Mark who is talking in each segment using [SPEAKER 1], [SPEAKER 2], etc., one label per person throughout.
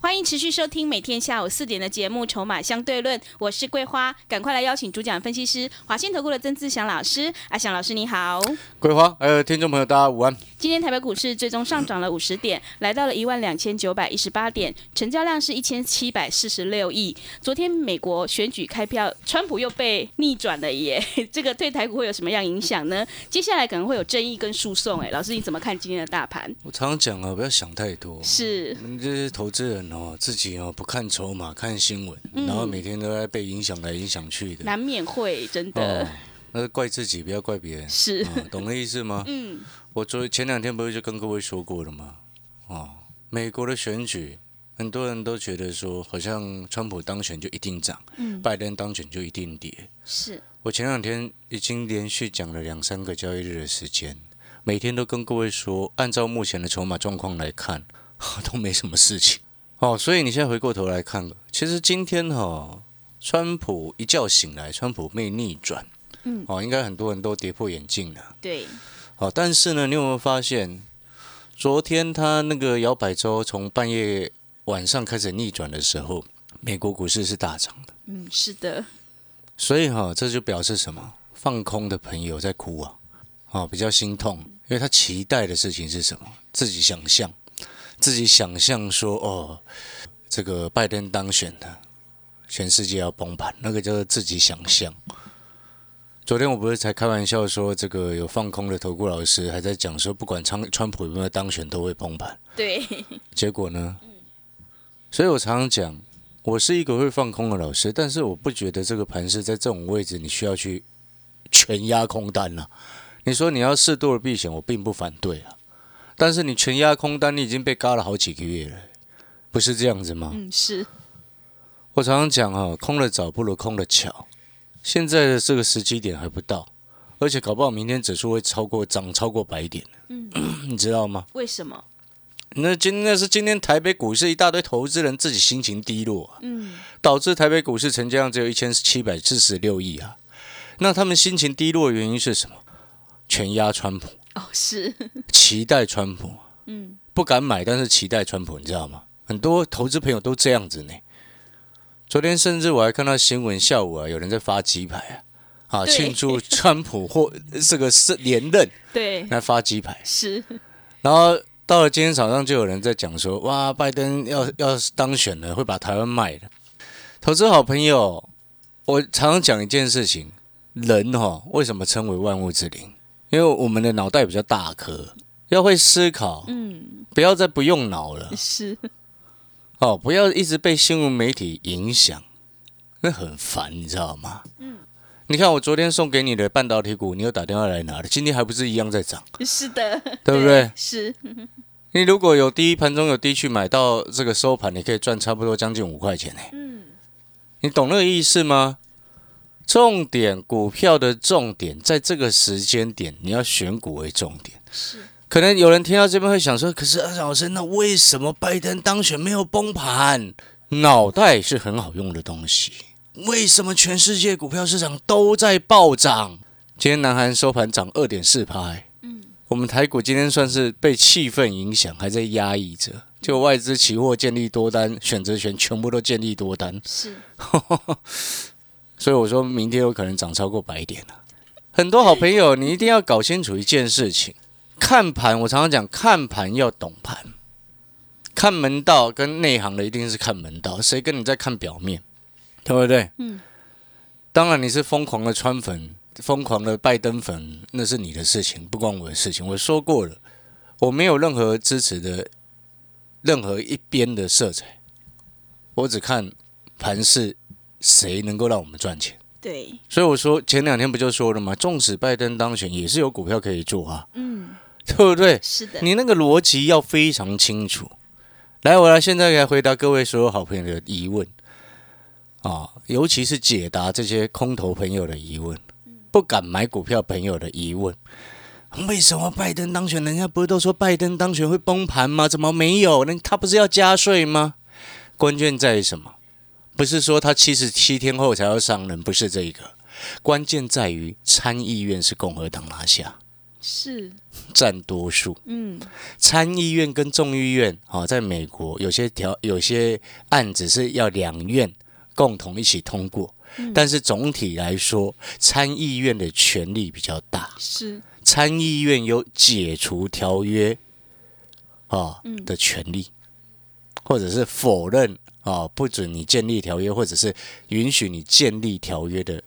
[SPEAKER 1] 欢迎持续收听每天下午四点的节目《筹码相对论》，我是桂花，赶快来邀请主讲分析师华信投顾的曾志祥老师。阿祥老师你好，
[SPEAKER 2] 桂花，还有听众朋友，大家午安。
[SPEAKER 1] 今天台北股市最终上涨了五十点，来到了一万两千九百一十八点，成交量是一千七百四十六亿。昨天美国选举开票，川普又被逆转了耶， 这个对台股会有什么样影响呢？接下来可能会有争议跟诉讼，哎，老师你怎么看今天的大盘？
[SPEAKER 2] 我常常讲啊，不要想太多。
[SPEAKER 1] 是
[SPEAKER 2] 你们这些投资人哦，自己哦不看筹码，看新闻，
[SPEAKER 1] 嗯
[SPEAKER 2] 然后每天都在被影响来影响去的。
[SPEAKER 1] 难免会真的、
[SPEAKER 2] 哦，那是怪自己，不要怪别人。
[SPEAKER 1] 是，
[SPEAKER 2] 啊懂那意思吗？
[SPEAKER 1] 嗯，
[SPEAKER 2] 我昨前两天不是就跟各位说过了吗？哦，美国的选举，很多人都觉得说，好像川普当选就一定涨，
[SPEAKER 1] 嗯
[SPEAKER 2] 拜登当选就一定跌。
[SPEAKER 1] 是
[SPEAKER 2] 我前两天已经连续讲了两三个交易日的时间，每天都跟各位说，按照目前的筹码状况来看， 都没什么事情哦。所以你现在回过头来看，其实今天哈、哦，川普一觉醒来，川普被逆转，
[SPEAKER 1] 嗯，
[SPEAKER 2] 哦，应该很多人都跌破眼镜了。
[SPEAKER 1] 对，
[SPEAKER 2] 好，但是呢，你有没有发现，昨天他那个摇摆州从半夜晚上开始逆转的时候，美国股市是大涨的。
[SPEAKER 1] 嗯，是的，
[SPEAKER 2] 所以哈、这就表示什么？放空的朋友在哭啊，哦，比较心痛，因为他期待的事情是什么？自己想象，自己想象说，哦，这个拜登当选了，全世界要崩盘，那个叫做自己想象。昨天我不是才开玩笑说，这个有放空的投顾老师还在讲说，不管川川普有没有当选，都会崩盘。
[SPEAKER 1] 对，
[SPEAKER 2] 结果呢？所以我常常讲，我是一个会放空的老师，但是我不觉得这个盘是在这种位置你需要去全压空单了、啊你说你要适度的避险，我并不反对啊，但是你全压空单，你已经被嘎了好几个月了，不是这样子吗？
[SPEAKER 1] 嗯，是
[SPEAKER 2] 我常常讲哈、啊空的早不如空的巧。现在的这个时机点还不到，而且搞不好明天指数会超过涨超过百点，嗯， 你知道吗？
[SPEAKER 1] 为什么？
[SPEAKER 2] 那今那是今天台北股市一大堆投资人自己心情低落、啊，
[SPEAKER 1] 嗯，
[SPEAKER 2] 导致台北股市成交量只有一千七百四十六亿啊。那他们心情低落的原因是什么？全压川普，
[SPEAKER 1] 哦，是，
[SPEAKER 2] 期待川普，
[SPEAKER 1] 嗯，
[SPEAKER 2] 不敢买，但是期待川普，你知道吗？很多投资朋友都这样子呢。昨天甚至我还看到新闻，下午啊有人在发鸡排啊，啊
[SPEAKER 1] 对
[SPEAKER 2] 庆祝川普或这个是连 任，
[SPEAKER 1] 对，
[SPEAKER 2] 来发鸡排。
[SPEAKER 1] 是，
[SPEAKER 2] 然后到了今天早上，就有人在讲说，哇，拜登要要是当选了，会把台湾卖的。投资好朋友，我常常讲一件事情，人哈、为什么称为万物之灵？因为我们的脑袋比较大颗，要会思考，
[SPEAKER 1] 嗯，
[SPEAKER 2] 不要再不用脑了
[SPEAKER 1] 是，
[SPEAKER 2] 哦，不要一直被新闻媒体影响，那很烦，你知道吗？嗯。你看我昨天送给你的半导体股，你又打电话来拿了，今天还不是一样在 涨？
[SPEAKER 1] 是的，
[SPEAKER 2] 对不对
[SPEAKER 1] 是，
[SPEAKER 2] 你如果有第一盘中有低去买到这个收盘，你可以赚差不多将近五块钱呢、
[SPEAKER 1] 嗯，
[SPEAKER 2] 你懂那个意思吗？重点股票的重点，在这个时间点，你要选股为重点。
[SPEAKER 1] 是，
[SPEAKER 2] 可能有人听到这边会想说：“可是阿老师，那为什么拜登当选没有崩盘？”脑袋是很好用的东西，为什么全世界股票市场都在暴涨？今天南韩收盘涨二点四拍，嗯，我们台股今天算是被气氛影响，还在压抑着。就外资期货建立多单，选择权全部都建立多单，
[SPEAKER 1] 是，
[SPEAKER 2] 所以我说明天有可能涨超过百点了、很多好朋友，你一定要搞清楚一件事情：看盘，我常常讲，看盘要懂盘，看门道跟内行的一定是看门道，谁跟你在看表面，对不对？
[SPEAKER 1] 嗯。
[SPEAKER 2] 当然，你是疯狂的川粉，疯狂的拜登粉，那是你的事情，不关我的事情。我说过了，我没有任何支持的任何一边的色彩，我只看盘是谁能够让我们赚钱。
[SPEAKER 1] 对，
[SPEAKER 2] 所以我说前两天不就说了吗？纵使拜登当选，也是有股票可以做啊，
[SPEAKER 1] 嗯，
[SPEAKER 2] 对不对？
[SPEAKER 1] 是的，
[SPEAKER 2] 你那个逻辑要非常清楚。来，我来现在来回答各位所有好朋友的疑问。啊，尤其是解答这些空头朋友的疑问，不敢买股票朋友的疑问。为什么拜登当选？人家不是都说拜登当选会崩盘吗？怎么没有？那他不是要加税吗？关键在于什么？不是说他七十七天后才要上任，不是这一个。关键在于参议院是共和党拿下，
[SPEAKER 1] 是，
[SPEAKER 2] 占多数。
[SPEAKER 1] 嗯，
[SPEAKER 2] 参议院跟众议院啊、哦在美国有些条有些案子是要两院共同一起通过，
[SPEAKER 1] 嗯
[SPEAKER 2] 但是总体来说，参议院的权力比较大，
[SPEAKER 1] 是，
[SPEAKER 2] 参议院有解除条约啊、
[SPEAKER 1] 嗯
[SPEAKER 2] 的权利，或者是否认啊、不准你建立条约，或者是允许你建立条约的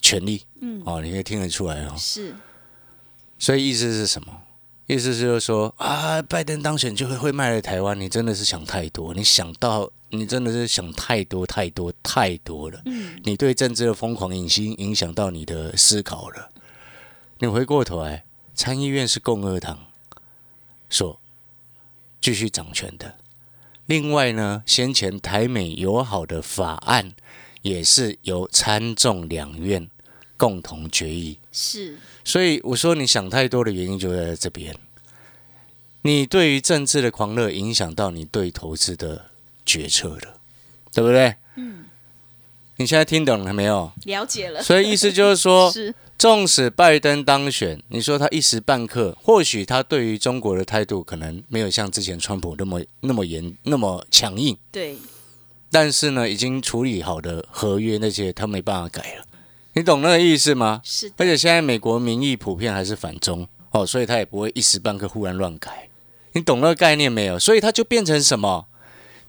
[SPEAKER 2] 权利。嗯，哦，你可以听得出来哦。
[SPEAKER 1] 是，
[SPEAKER 2] 所以意思是什么？意思是就是说啊，拜登当选就会会卖了台湾，你真的是想太多，你想到你真的是想太多太多太多了，
[SPEAKER 1] 嗯，
[SPEAKER 2] 你对政治的疯狂影响影响到你的思考了。你回过头来，参议院是共和党所继续掌权的。另外呢，先前台美友好的法案也是由参众两院共同决议，
[SPEAKER 1] 是，
[SPEAKER 2] 所以我说你想太多的原因就在这边，你对于政治的狂热影响到你对投资的决策了，对不对？嗯。你现在听懂了没有？
[SPEAKER 1] 了解了，
[SPEAKER 2] 所以意思就是哦说，
[SPEAKER 1] 是，
[SPEAKER 2] 纵使拜登当选，你说他一时半刻，或许他对于中国的态度可能没有像之前川普那么那么严那么强硬，
[SPEAKER 1] 对，
[SPEAKER 2] 但是呢，已经处理好的合约那些他没办法改了，你懂那个意思吗？
[SPEAKER 1] 是的，
[SPEAKER 2] 而且现在美国民意普遍还是反中哦，所以他也不会一时半刻忽然乱改。你懂那个概念没有？所以他就变成什么？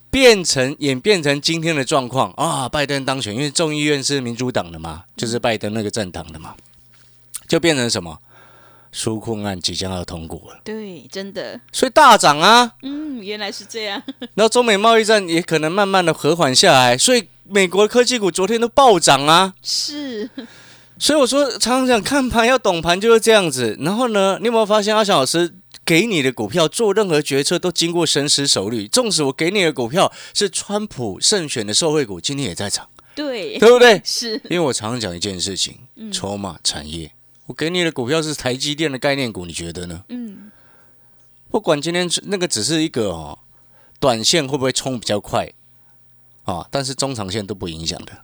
[SPEAKER 2] 变成演变成今天的状况啊！拜登当选，因为众议院是民主党的嘛，就是拜登那个政党的嘛，就变成什么？纾困案即将要通过了，
[SPEAKER 1] 对，真的，
[SPEAKER 2] 所以大涨啊！
[SPEAKER 1] 嗯，原来是这样，
[SPEAKER 2] 然后中美贸易战也可能慢慢的和缓下来，所以美国科技股昨天都暴涨啊！
[SPEAKER 1] 是，
[SPEAKER 2] 所以我说，常常讲看盘要懂盘就是这样子。然后呢，你有没有发现阿翔老师给你的股票做任何决策都经过深思熟虑？纵使我给你的股票是川普胜选的受惠股，今天也在嗯涨，
[SPEAKER 1] 对，？
[SPEAKER 2] 对不对
[SPEAKER 1] 是，
[SPEAKER 2] 因为我常常讲一件事情，筹码产业，我给你的股票是台积电的概念股，你觉得呢？
[SPEAKER 1] 嗯，
[SPEAKER 2] 不管今天那个只是一个哦，短线会不会冲比较快啊？但是中长线都不影响的。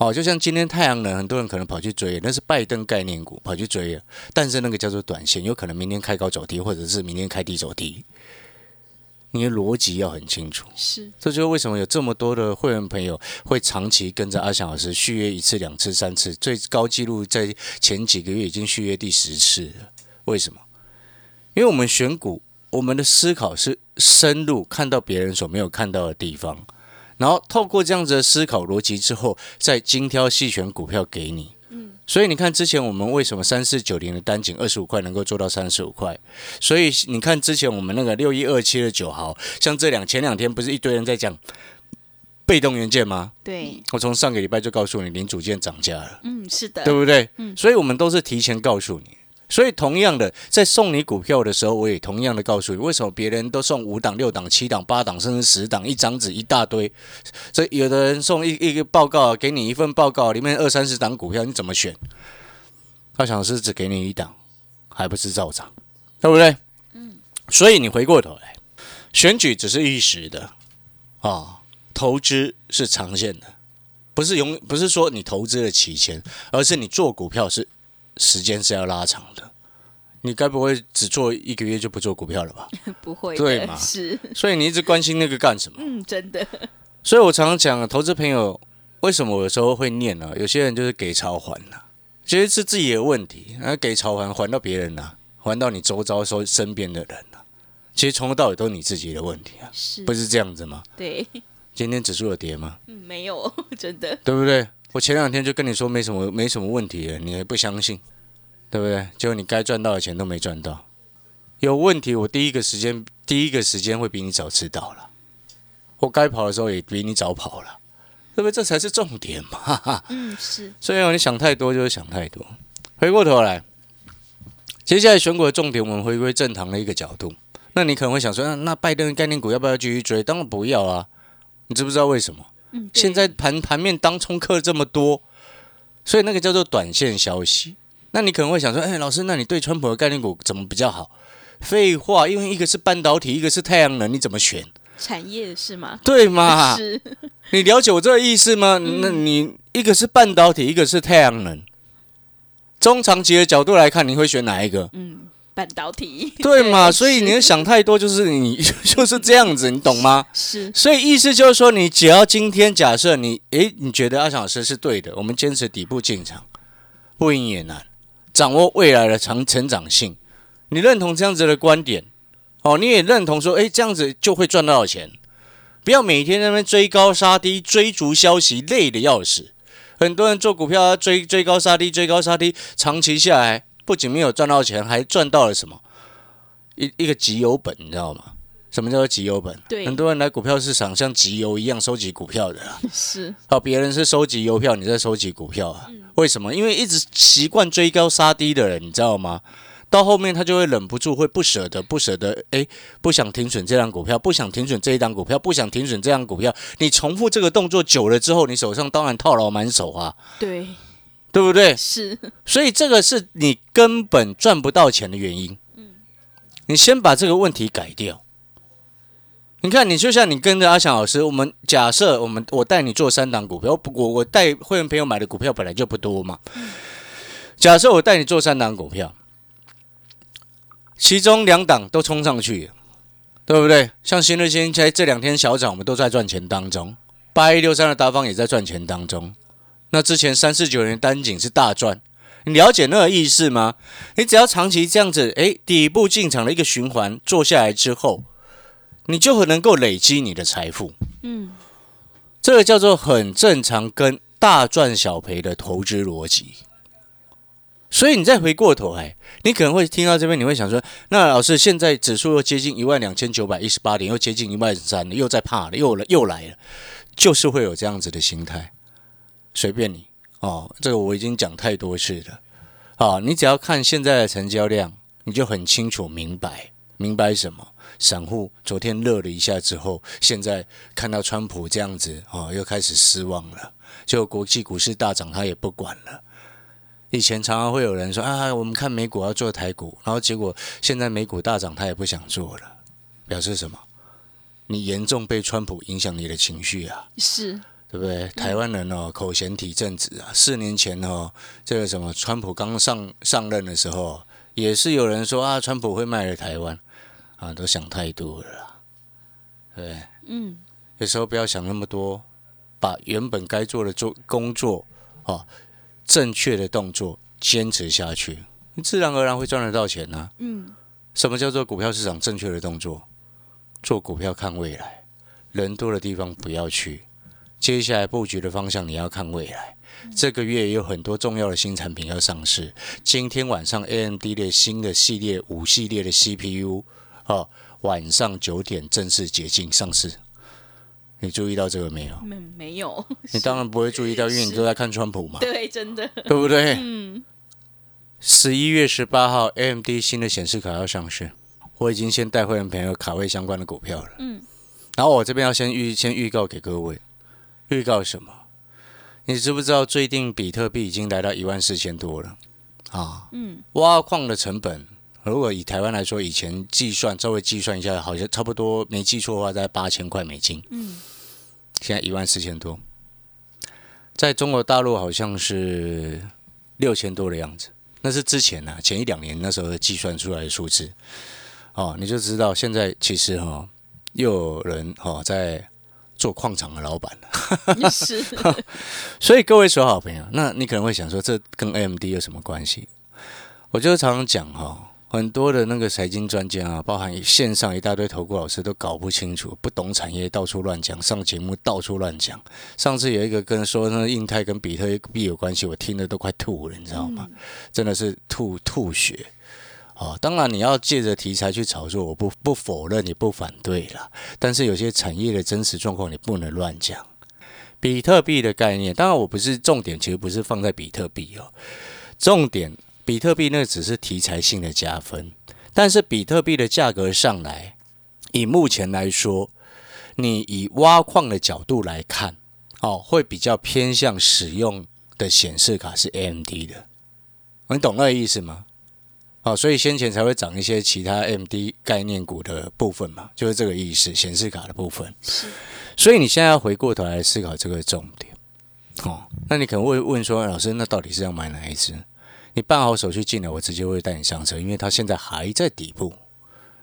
[SPEAKER 2] 哦，就像今天太阳能，很多人可能跑去追，那是拜登概念股跑去追了，但是那个叫做短线，有可能明天开高走低，或者是明天开低走低。你的逻辑要很清楚，
[SPEAKER 1] 是，
[SPEAKER 2] 这就是为什么有这么多的会员朋友会长期跟着阿翔老师续约一次、两次、三次，最高纪录在前几个月已经续约第十次了。为什么？因为我们选股，我们的思考是深入看到别人所没有看到的地方，然后透过这样子的思考逻辑之后，再精挑细选股票给你。所以你看，之前我们为什么三四九零的单井二十五块能够做到三十五块？所以你看，之前我们那个六一二七的九毫，像这两前两天不是一堆人在讲被动元件吗？
[SPEAKER 1] 对，
[SPEAKER 2] 我从上个礼拜就告诉你，零组件涨价了，
[SPEAKER 1] 嗯，是的，
[SPEAKER 2] 对不对？所以我们都是提前告诉你。所以同样的，在送你股票的时候，我也同样的告诉你，为什么别人都送五档、六档、七档、八档，甚至十档，一张纸一大堆。所以有的人送一一个报告，给你一份报告，里面二三十档股票，你怎么选？他想是只给你一档，还不是照涨，对不对？嗯。所以你回过头来，选举只是一时的啊、啊投资是长线的，不是永不是说你投资的期间，而是你做股票是时间是要拉长的。你该不会只做一个月就不做股票了吧？
[SPEAKER 1] 不会的，
[SPEAKER 2] 对嘛
[SPEAKER 1] 是，
[SPEAKER 2] 所以你一直关心那个干什么？
[SPEAKER 1] 嗯，真的，
[SPEAKER 2] 所以我常常讲，投资朋友为什么我有时候会念呢、有些人就是给潮还呐、其实是自己的问题，然后给潮还还到别人呐、还到你周遭说身边的人呐、其实从头到尾都是你自己的问题啊，
[SPEAKER 1] 是
[SPEAKER 2] 不，是这样子吗？
[SPEAKER 1] 对，
[SPEAKER 2] 今天指数有跌吗？
[SPEAKER 1] 嗯，没有， 真的，
[SPEAKER 2] 对不对？我前两天就跟你说没什么没什么问题了，你还不相信，对不对？结果你该赚到的钱都没赚到，有问题我第一个时间第一个时间会比你早知道了，我该跑的时候也比你早跑了，对不对？这才是重点嘛。哈哈
[SPEAKER 1] 嗯，是，
[SPEAKER 2] 所以哦你想太多就是想太多。回过头来，接下来选股的重点，我们回归正常的一个角度。那你可能会想说，那那拜登的概念股要不要继续追？当然不要啊！你知不知道为什么？
[SPEAKER 1] 嗯，对
[SPEAKER 2] 现在盘盘面当冲客这么多，所以那个叫做短线消息。那你可能会想说，哎，老师，那你对川普的概念股怎么比较好？废话，因为一个是半导体，一个是太阳能，你怎么选？
[SPEAKER 1] 产业是吗？
[SPEAKER 2] 对吗？
[SPEAKER 1] 是，
[SPEAKER 2] 你了解我这个意思吗？那你一个是半导体，一个是太阳能，中长期的角度来看，你会选哪一个？
[SPEAKER 1] 嗯，半导体
[SPEAKER 2] 对嘛？所以
[SPEAKER 1] 是
[SPEAKER 2] 你要想太多，就是你 就是这样子，你懂吗？
[SPEAKER 1] 是
[SPEAKER 2] 所以意思就是说，你只要今天假设你，诶，你觉得阿翔老师是对的，我们坚持底部进场，不赢也难，掌握未来的长成长性，你认同这样子的观点，哦，你也认同说，诶，这样子就会赚到钱，不要每天在那边追高杀低、追逐消息，累的要死。很多人做股票啊，追追高杀低，追高杀低，长期下来不仅没有赚到钱，还赚到了什么？一一个集邮本，你知道吗？什么叫做集邮本？
[SPEAKER 1] 对
[SPEAKER 2] 很多人来股票市场像集邮一样收集股票的啦。
[SPEAKER 1] 是，
[SPEAKER 2] 哦，别人是收集邮票，你在收集股票啊？为什么？因为一直习惯追高杀低的人，你知道吗？到后面他就会忍不住会不舍得，不舍得，哎，不想停损这档股票，不想停损这一档股票，不想停损这档股票。你重复这个动作久了之后，你手上当然套牢满手啊，
[SPEAKER 1] 对，
[SPEAKER 2] 对不对？
[SPEAKER 1] 是
[SPEAKER 2] 所以这个是你根本赚不到钱的原因。你先把这个问题改掉。你看，你就像你跟着阿翔老师，我们假设我们我带你做三档股票，我不我我带会员朋友买的股票本来就不多嘛。假设我带你做三档股票，其中两档都冲上去了，对不对？像新日新在这两天小涨，我们都在赚钱当中。八一六三的达方也在赚钱当中。那之前三四九年单井是大赚，你了解那个意思吗？你只要长期这样子，诶，底部进场的一个循环做下来之后，你就能够累积你的财富。
[SPEAKER 1] 嗯，
[SPEAKER 2] 这个叫做很正常跟大赚小赔的投资逻辑。所以你再回过头来，你可能会听到这边，你会想说：那老师，现在指数又接近一万两千九百一十八点，又接近一万三了，又在怕了，又了又来了，就是会有这样子的心态。随便你哦，这个我已经讲太多次了。好，你只要看现在的成交量，你就很清楚明白明白什么。散户昨天热了一下之后，现在看到川普这样子哦，又开始失望了。就国际股市大涨，他也不管了。以前常常会有人说啊，我们看美股要做台股，然后结果现在美股大涨，他也不想做了，表示什么？你严重被川普影响你的情绪啊！
[SPEAKER 1] 是
[SPEAKER 2] 对不对？台湾人哦，口嫌体正直啊。四年前哦，这个什么，川普刚上上任的时候，也是有人说啊，川普会卖了台湾啊，都想太多了啦，对不对？
[SPEAKER 1] 嗯，
[SPEAKER 2] 有时候不要想那么多，把原本该做的做工作啊，正确的动作坚持下去，你自然而然会赚得到钱呐、嗯，什么叫做股票市场正确的动作？做股票看未来，人多的地方不要去。接下来布局的方向你要看未来。这个月也有很多重要的新产品要上市。今天晚上 AMD 的新的系列五系列的 CPU 哦，晚上九点正式解禁上市。你注意到这个没有？
[SPEAKER 1] 没嗯没 有，
[SPEAKER 2] 你当然不会注意到，因为你都在看川普嘛，
[SPEAKER 1] 对，真的
[SPEAKER 2] 对不对？十一月十八号，AMD 新的显示卡要上市，我已经先带会员朋友卡位相关的股票了。
[SPEAKER 1] 嗯，
[SPEAKER 2] 然后我这边要先预先预告给各位，预告什么？你知不知道最近比特币已经来到一万四千多了啊？嗯，挖矿的成本，如果以台湾来说，以前计算稍微计算一下，好像差不多没记错的话，在八千块美金。嗯，现在一万四千多，在中国大陆好像是六千多的样子。那是之前啊，前一两年那时候计算出来的数字，哦，你就知道现在其实哈、哦，又有人哦在做矿场的老板了。
[SPEAKER 1] 是，
[SPEAKER 2] 所以各位所好朋友，那你可能会想说，这跟 AMD 有什么关系？我就常常讲哈、哦，很多的那个财经专家啊，包含线上一大堆投顾老师都搞不清楚，不懂产业到处乱讲，上节目到处乱讲。上次有一个跟说那印泰跟比特币有关系，我听的都快吐了，你知道吗？真的是吐吐血。哦，当然你要借着题材去炒作，我不不否认，也不反对啦。但是有些产业的真实状况，你不能乱讲。比特币的概念，当然我不是重点，其实不是放在比特币哦，重点比特币那只是题材性的加分，但是比特币的价格上来，以目前来说，你以挖矿的角度来看，哦，会比较偏向使用的显示卡是 AMD 的，你懂那个意思吗？哦，所以先前才会涨一些其他 AMD 概念股的部分嘛，就是这个意思，显示卡的部分。所以你现在要回过头来思考这个重点。哦，那你可能会问说，老师，那到底是要买哪一只？你办好手续进来，我直接会带你上车，因为它现在还在底部。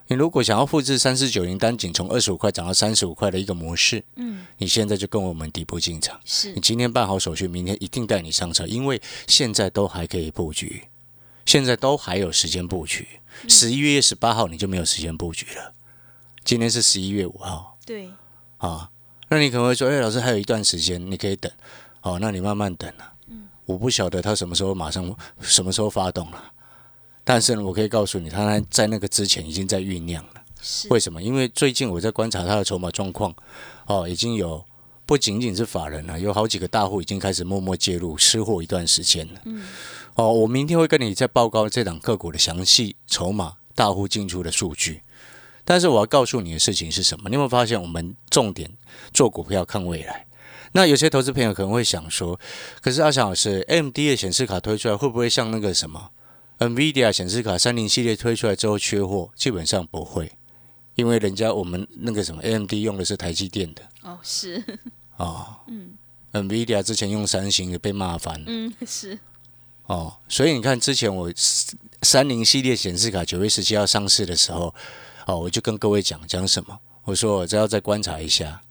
[SPEAKER 2] 你如果想要复制三四九零单仅从二十五块涨到三十五块的一个模式，嗯，你现在就跟我们底部进场。
[SPEAKER 1] 是
[SPEAKER 2] 你今天办好手续，明天一定带你上车，因为现在都还可以布局，现在都还有时间布局。十一月十八号你就没有时间布局了，今天是十一月五号
[SPEAKER 1] 对，
[SPEAKER 2] 啊，那你可能会说，哎，老师还有一段时间，你可以等，哦，那你慢慢等啊。我不晓得它什么时候马上什么时候发动了，但是呢，我可以告诉你，它在那个之前已经在酝酿了。
[SPEAKER 1] 是
[SPEAKER 2] 为什么？因为最近我在观察它的筹码状况，哦，已经有不仅仅是法人了、啊有好几个大户已经开始默默介入吃货一段时间了。嗯，哦，我明天会跟你再报告这档个股的详细筹码、大户进出的数据。但是我要告诉你的事情是什么？你有没有发现我们重点做股票看未来？那有些投资朋友可能会想说，可是阿翔老师，M D 的显示卡推出来会不会像那个什么 NVIDIA 显示卡三零系列推出来之后缺货？基本上不会，因为人家我们那个什么 AMD 用的是台积电的
[SPEAKER 1] 哦，是
[SPEAKER 2] 哦，嗯，NVIDIA 之前用三星的被骂翻了、
[SPEAKER 1] 嗯是
[SPEAKER 2] 哦，所以你看之前我三零系列显示卡九月十七号上市的时候，哦，我就跟各位讲讲什么，我说我只要再观察一下，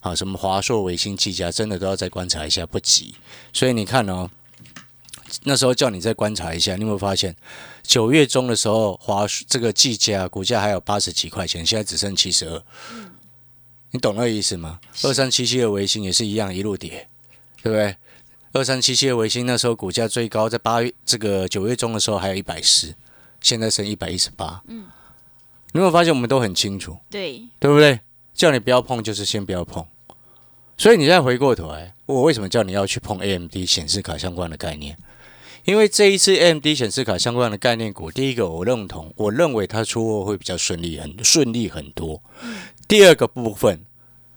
[SPEAKER 2] 啊，什么华硕、维新、技嘉，真的都要再观察一下，不急。所以你看哦，那时候叫你再观察一下，你有没有发现九月中的时候，华硕这个技嘉股价还有八十几块钱，现在只剩七十二。你懂那个意思吗？二三七七的维新也是一样，一路跌，对不对？二三七七的维新那时候股价最高在八月这个九月中的时候还有一百十，现在剩一百一十八。嗯，你有没有发现我们都很清楚？
[SPEAKER 1] 对，
[SPEAKER 2] 对不对？叫你不要碰，就是先不要碰。所以你再回过头来，我为什么叫你要去碰 AMD 显示卡相关的概念？因为这一次 AMD 显示卡相关的概念股，第一个我认同，我认为它出货会比较顺利很顺利很多。第二个部分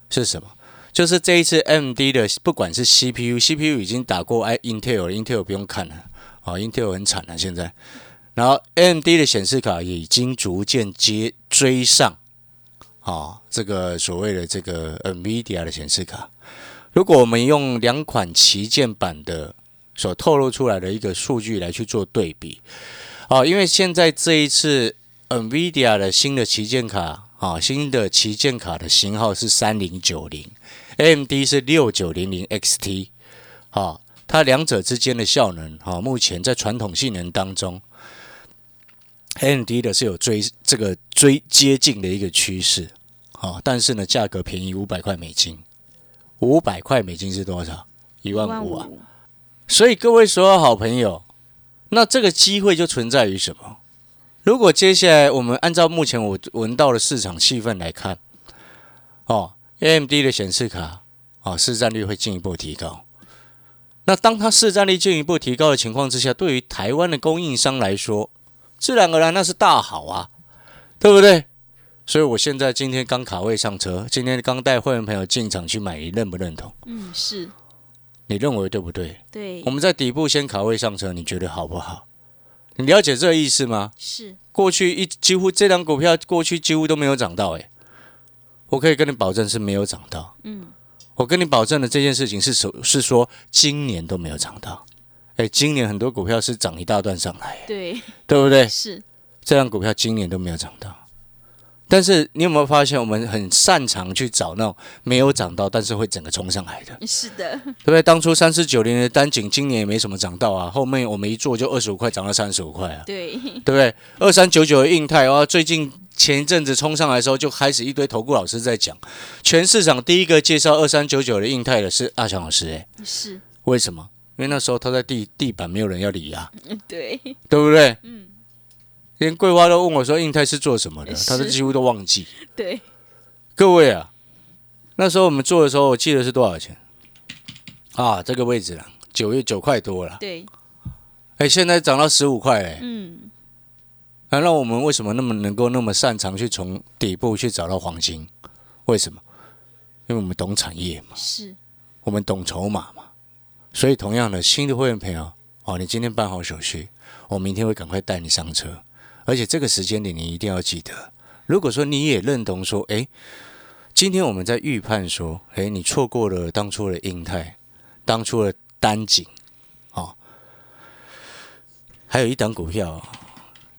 [SPEAKER 2] 是什么？就是这一次 AMD 的不管是 CPU，CPU 已经打过 i Intel 了，Intel 不用看了，哦，Intel 很惨了、现在。然后 AMD 的显示卡也已经逐渐接追上啊、这个所谓的这个 NVIDIA 的显示卡。如果我们用两款旗舰版的所透露出来的一个数据来去做对比，啊、因为现在这一次 NVIDIA 的新的旗舰卡啊、新的旗舰卡的型号是三零九零，AMD 是六九零零 XT，啊、它两者之间的效能啊、目前在传统性能当中。AMD 的是有追这个追接近的一个趋势，啊，但是呢，价格便宜五百块美金，五百块美金是多少？一万五啊！
[SPEAKER 1] 15,000，
[SPEAKER 2] 所以各位所有好朋友，那这个机会就存在于什么？如果接下来我们按照目前我闻到的市场气氛来看，哦，AMD 的显示卡哦，市占率会进一步提高。那当它市占率进一步提高的情况之下，对于台湾的供应商来说，自然而然那是大好啊，对不对？所以我现在今天刚卡位上车，今天刚带会员朋友进场去买，你认不认同？
[SPEAKER 1] 嗯是
[SPEAKER 2] 你认为对不对？
[SPEAKER 1] 对
[SPEAKER 2] 我们在底部先卡位上车，你觉得好不好？你了解这个意思吗？
[SPEAKER 1] 是
[SPEAKER 2] 过去一几乎这张股票过去几乎都没有涨到、欸，我可以跟你保证是没有涨到。嗯，我跟你保证的这件事情是说，是说今年都没有涨到。哎、今年很多股票是涨一大段上来、欸
[SPEAKER 1] 对
[SPEAKER 2] 对不对？
[SPEAKER 1] 是
[SPEAKER 2] 这张股票今年都没有涨到。但是你有没有发现，我们很擅长去找那种没有涨到，但是会整个冲上来的？
[SPEAKER 1] 是的，
[SPEAKER 2] 对不对？当初三四九零的单井今年也没什么涨到啊，后面我们一做就二十五块涨到三十五块啊，
[SPEAKER 1] 对
[SPEAKER 2] 对不对？二三九九的印泰啊，最近前一阵子冲上来的时候，就开始一堆投顾老师在讲，全市场第一个介绍二三九九的印泰的是阿强老师、诶，
[SPEAKER 1] 是
[SPEAKER 2] 为什么？因为那时候他在地地板没有人要理啊，
[SPEAKER 1] 对
[SPEAKER 2] 对不对？嗯，连桂花都问我说印泰是做什么的，他都
[SPEAKER 1] 是
[SPEAKER 2] 几乎都忘记。
[SPEAKER 1] 对
[SPEAKER 2] 各位啊，那时候我们做的时候，我记得是多少钱啊？这个位置了，九月九块多了。
[SPEAKER 1] 对
[SPEAKER 2] 哎，现在涨到十五块哎，
[SPEAKER 1] 嗯
[SPEAKER 2] 那、那我们为什么那么能够那么擅长去从底部去找到黄金？为什么？因为我们懂产业嘛，
[SPEAKER 1] 是
[SPEAKER 2] 我们懂筹码嘛，所以同样的，新的会员朋友，哦，你今天办好手续，我明天会赶快带你上车，而且这个时间点你一定要记得。如果说你也认同说，诶，今天我们在预判说，诶，你错过了当初的印泰，当初的单景，哦，还有一档股票，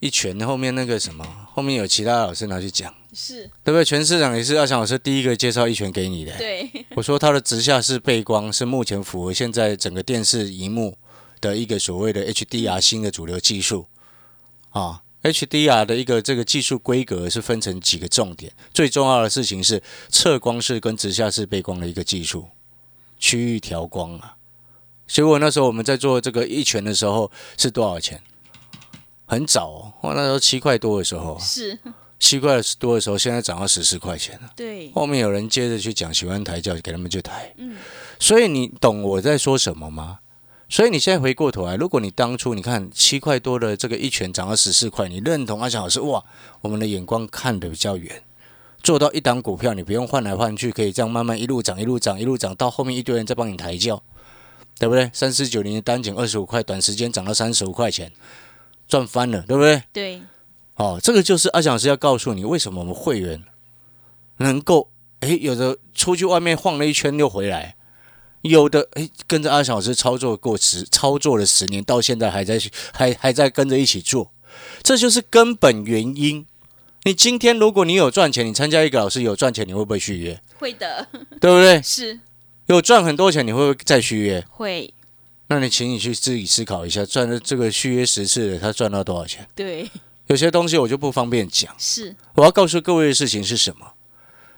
[SPEAKER 2] 一拳后面那个什么，后面有其他老师拿去讲，
[SPEAKER 1] 是
[SPEAKER 2] 对不对？全市场也是阿强老师第一个介绍一拳给你的、
[SPEAKER 1] 对，
[SPEAKER 2] 我说它的直下式背光是目前符合现在整个电视荧幕的一个所谓的 HDR 新的主流技术啊。HDR 的一个这个技术规格是分成几个重点，最重要的事情是侧光式跟直下式背光的一个技术，区域调光啊。结果那时候我们在做这个一拳的时候是多少钱？很早哦，哇那时候七块多的时候啊，
[SPEAKER 1] 是，
[SPEAKER 2] 七块多的时候，现在涨到十四块钱了。
[SPEAKER 1] 对，
[SPEAKER 2] 后面有人接着去讲喜欢抬轿，给他们去抬。所以你懂我在说什么吗？所以你现在回过头来，如果你当初你看七块多的这个一拳涨到十四块，你认同阿翔老师哇，我们的眼光看得比较远，做到一档股票你不用换来换去，可以这样慢慢一路涨一路涨一路涨，到后面一堆人在帮你抬轿，对不对？三四九零的单井二十五块，短时间涨到三十五块钱，赚翻了，对不对？
[SPEAKER 1] 对，
[SPEAKER 2] 哦，这个就是阿翔老师要告诉你，为什么我们会员能够诶，有的出去外面晃了一圈又回来，有的诶跟着阿翔老师操作过十操作了十年，到现在还在还还在跟着一起做，这就是根本原因。你今天如果你有赚钱，你参加一个老师有赚钱，你会不会续约？
[SPEAKER 1] 会的，
[SPEAKER 2] 对不对？
[SPEAKER 1] 是
[SPEAKER 2] 有赚很多钱，你会不会再续约？
[SPEAKER 1] 会，
[SPEAKER 2] 那你请你去自己思考一下，赚了这个续约十次的，他赚到多少钱？
[SPEAKER 1] 对，
[SPEAKER 2] 有些东西我就不方便讲。
[SPEAKER 1] 是
[SPEAKER 2] 我要告诉各位的事情是什么？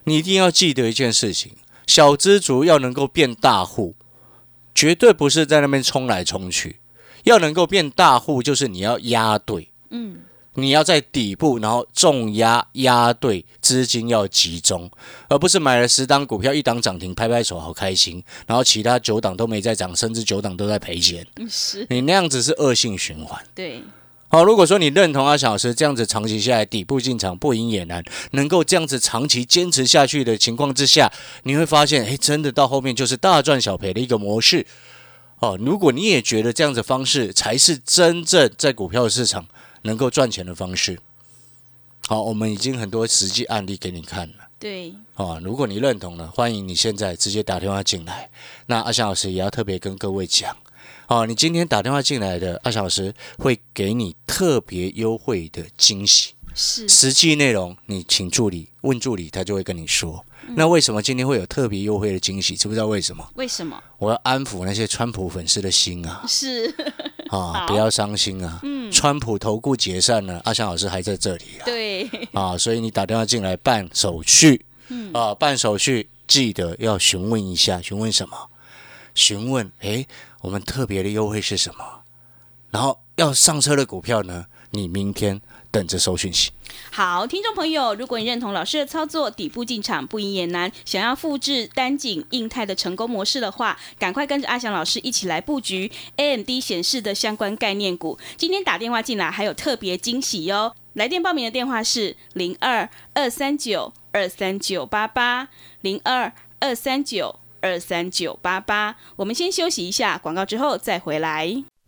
[SPEAKER 2] 你一定要记得一件事情：小资族要能够变大户，绝对不是在那边冲来冲去。要能够变大户，就是你要压对，嗯，你要在底部，然后重压压对，资金要集中，而不是买了十档股票，一档涨停，拍拍手好开心，然后其他九档都没在涨，甚至九档都在赔钱，
[SPEAKER 1] 嗯是，
[SPEAKER 2] 你那样子是恶性循环。
[SPEAKER 1] 对，
[SPEAKER 2] 好，如果说你认同阿翔老师这样子长期下来底部进场不赢也难，能够这样子长期坚持下去的情况之下，你会发现，哎，真的到后面就是大赚小赔的一个模式。哦，如果你也觉得这样子方式才是真正在股票市场能够赚钱的方式，好，我们已经很多实际案例给你看了。
[SPEAKER 1] 对，
[SPEAKER 2] 哦，如果你认同了，欢迎你现在直接打电话进来。那阿翔老师也要特别跟各位讲，哦，你今天打电话进来的阿翔老师会给你特别优惠的惊喜。
[SPEAKER 1] 是，
[SPEAKER 2] 实际内容你请助理问助理，他就会跟你说。那为什么今天会有特别优惠的惊喜？知不知道为什么？
[SPEAKER 1] 为什么？
[SPEAKER 2] 我要安抚那些川普粉丝的心啊！
[SPEAKER 1] 是，
[SPEAKER 2] 啊，不要伤心啊！嗯，川普投顾解散了，阿翔老师还在这里啊。
[SPEAKER 1] 对，
[SPEAKER 2] 啊，所以你打电话进来办手续，啊，办手续记得要询问一下，询问什么？询问，诶，我们特别的优惠是什么？然后要上车的股票呢，你明天等着收讯息。
[SPEAKER 1] 好，听众朋友，如果你认同老师的操作，底部进场不赢也难，想要复制单井印泰的成功模式的话，赶快跟着阿翔老师一起来布局 AMD 显示的相关概念股。今天打电话进来还有特别惊喜哟！来电报名的电话是零二二三九二三九八八零二二三九二三九八八。我们先休息一下，广告之后再回来。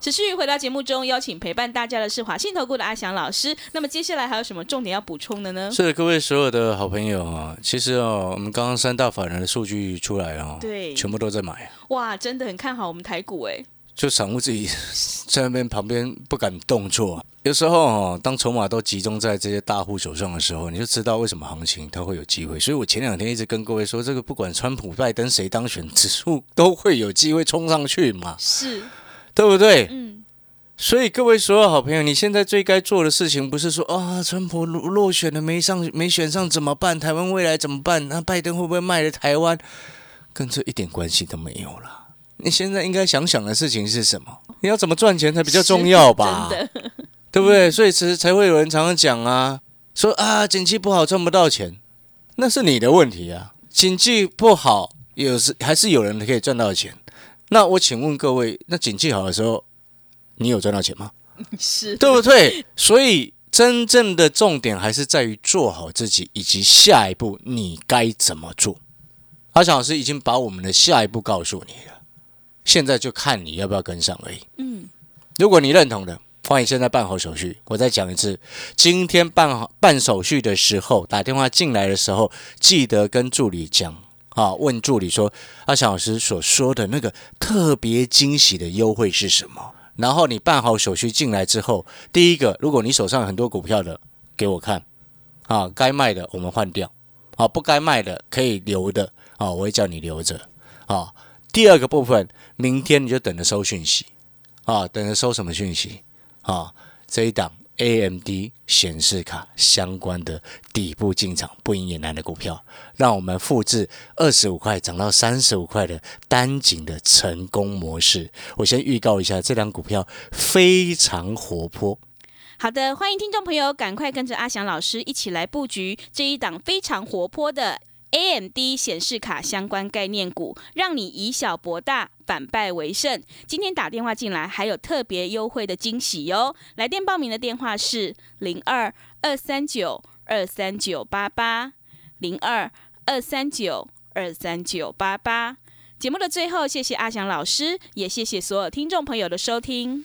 [SPEAKER 1] 持续回到节目中，邀请陪伴大家的是华信投顾的阿翔老师。那么接下来还有什么重点要补充的呢？
[SPEAKER 2] 是的，各位所有的好朋友啊，其实哦，我们刚刚三大法人的数据出来了、哦，
[SPEAKER 1] 对
[SPEAKER 2] 全部都在买，啊
[SPEAKER 1] 哇，真的很看好我们台股哎，
[SPEAKER 2] 就散户自己 在那边旁边不敢动作、有时候哦，当筹码都集中在这些大户手上的时候，你就知道为什么行情它会有机会。所以我前两天一直跟各位说，这个不管川普、拜登谁当选，指数都会有机会冲上去嘛，
[SPEAKER 1] 是，
[SPEAKER 2] 对不对？
[SPEAKER 1] 嗯，
[SPEAKER 2] 所以各位所有好朋友，你现在最该做的事情不是说啊，川普落落选了没上没选上怎么办？台湾未来怎么办？那拜登会不会卖了台湾？跟这一点关系都没有啦。你现在应该想想的事情是什么？你要怎么赚钱才比较重要吧？
[SPEAKER 1] 真的，
[SPEAKER 2] 对不对？所以其实才会有人常常讲啊，说啊，经济不好赚不到钱，那是你的问题啊。经济不好，有时还是有人可以赚到钱。那我请问各位，那经济好的时候，你有赚到钱吗？
[SPEAKER 1] 是
[SPEAKER 2] 对不对？所以真正的重点还是在于做好自己，以及下一步你该怎么做。阿翔老师已经把我们的下一步告诉你了，现在就看你要不要跟上而已。
[SPEAKER 1] 嗯，
[SPEAKER 2] 如果你认同的，欢迎现在办好手续。我再讲一次，今天办好办手续的时候，打电话进来的时候，记得跟助理讲啊，问助理说阿翔老师所说的那个特别惊喜的优惠是什么？然后你办好手续进来之后，第一个，如果你手上有很多股票的，给我看啊，该卖的我们换掉，啊，不该卖的可以留的啊，我会叫你留着啊。第二个部分，明天你就等着收讯息。啊，等着收什么讯息啊？这一档 AMD 显示卡相关的底部进场不赢也难的股票，让我们复制二十五块涨到三十五块的单井的成功模式。我先预告一下，这档股票非常活泼，
[SPEAKER 1] 好的，欢迎听众朋友赶快跟着阿翔老师一起来布局这一档非常活泼的 AMD 显示卡相关概念股，让你以小博大，反败为胜。今天打电话进来还有特别优惠的惊喜哟！来电报名的电话是零二二三九二三九八八零二二三九二三九八八。节目的最后，谢谢阿翔老师，也谢谢所有听众朋友的收听。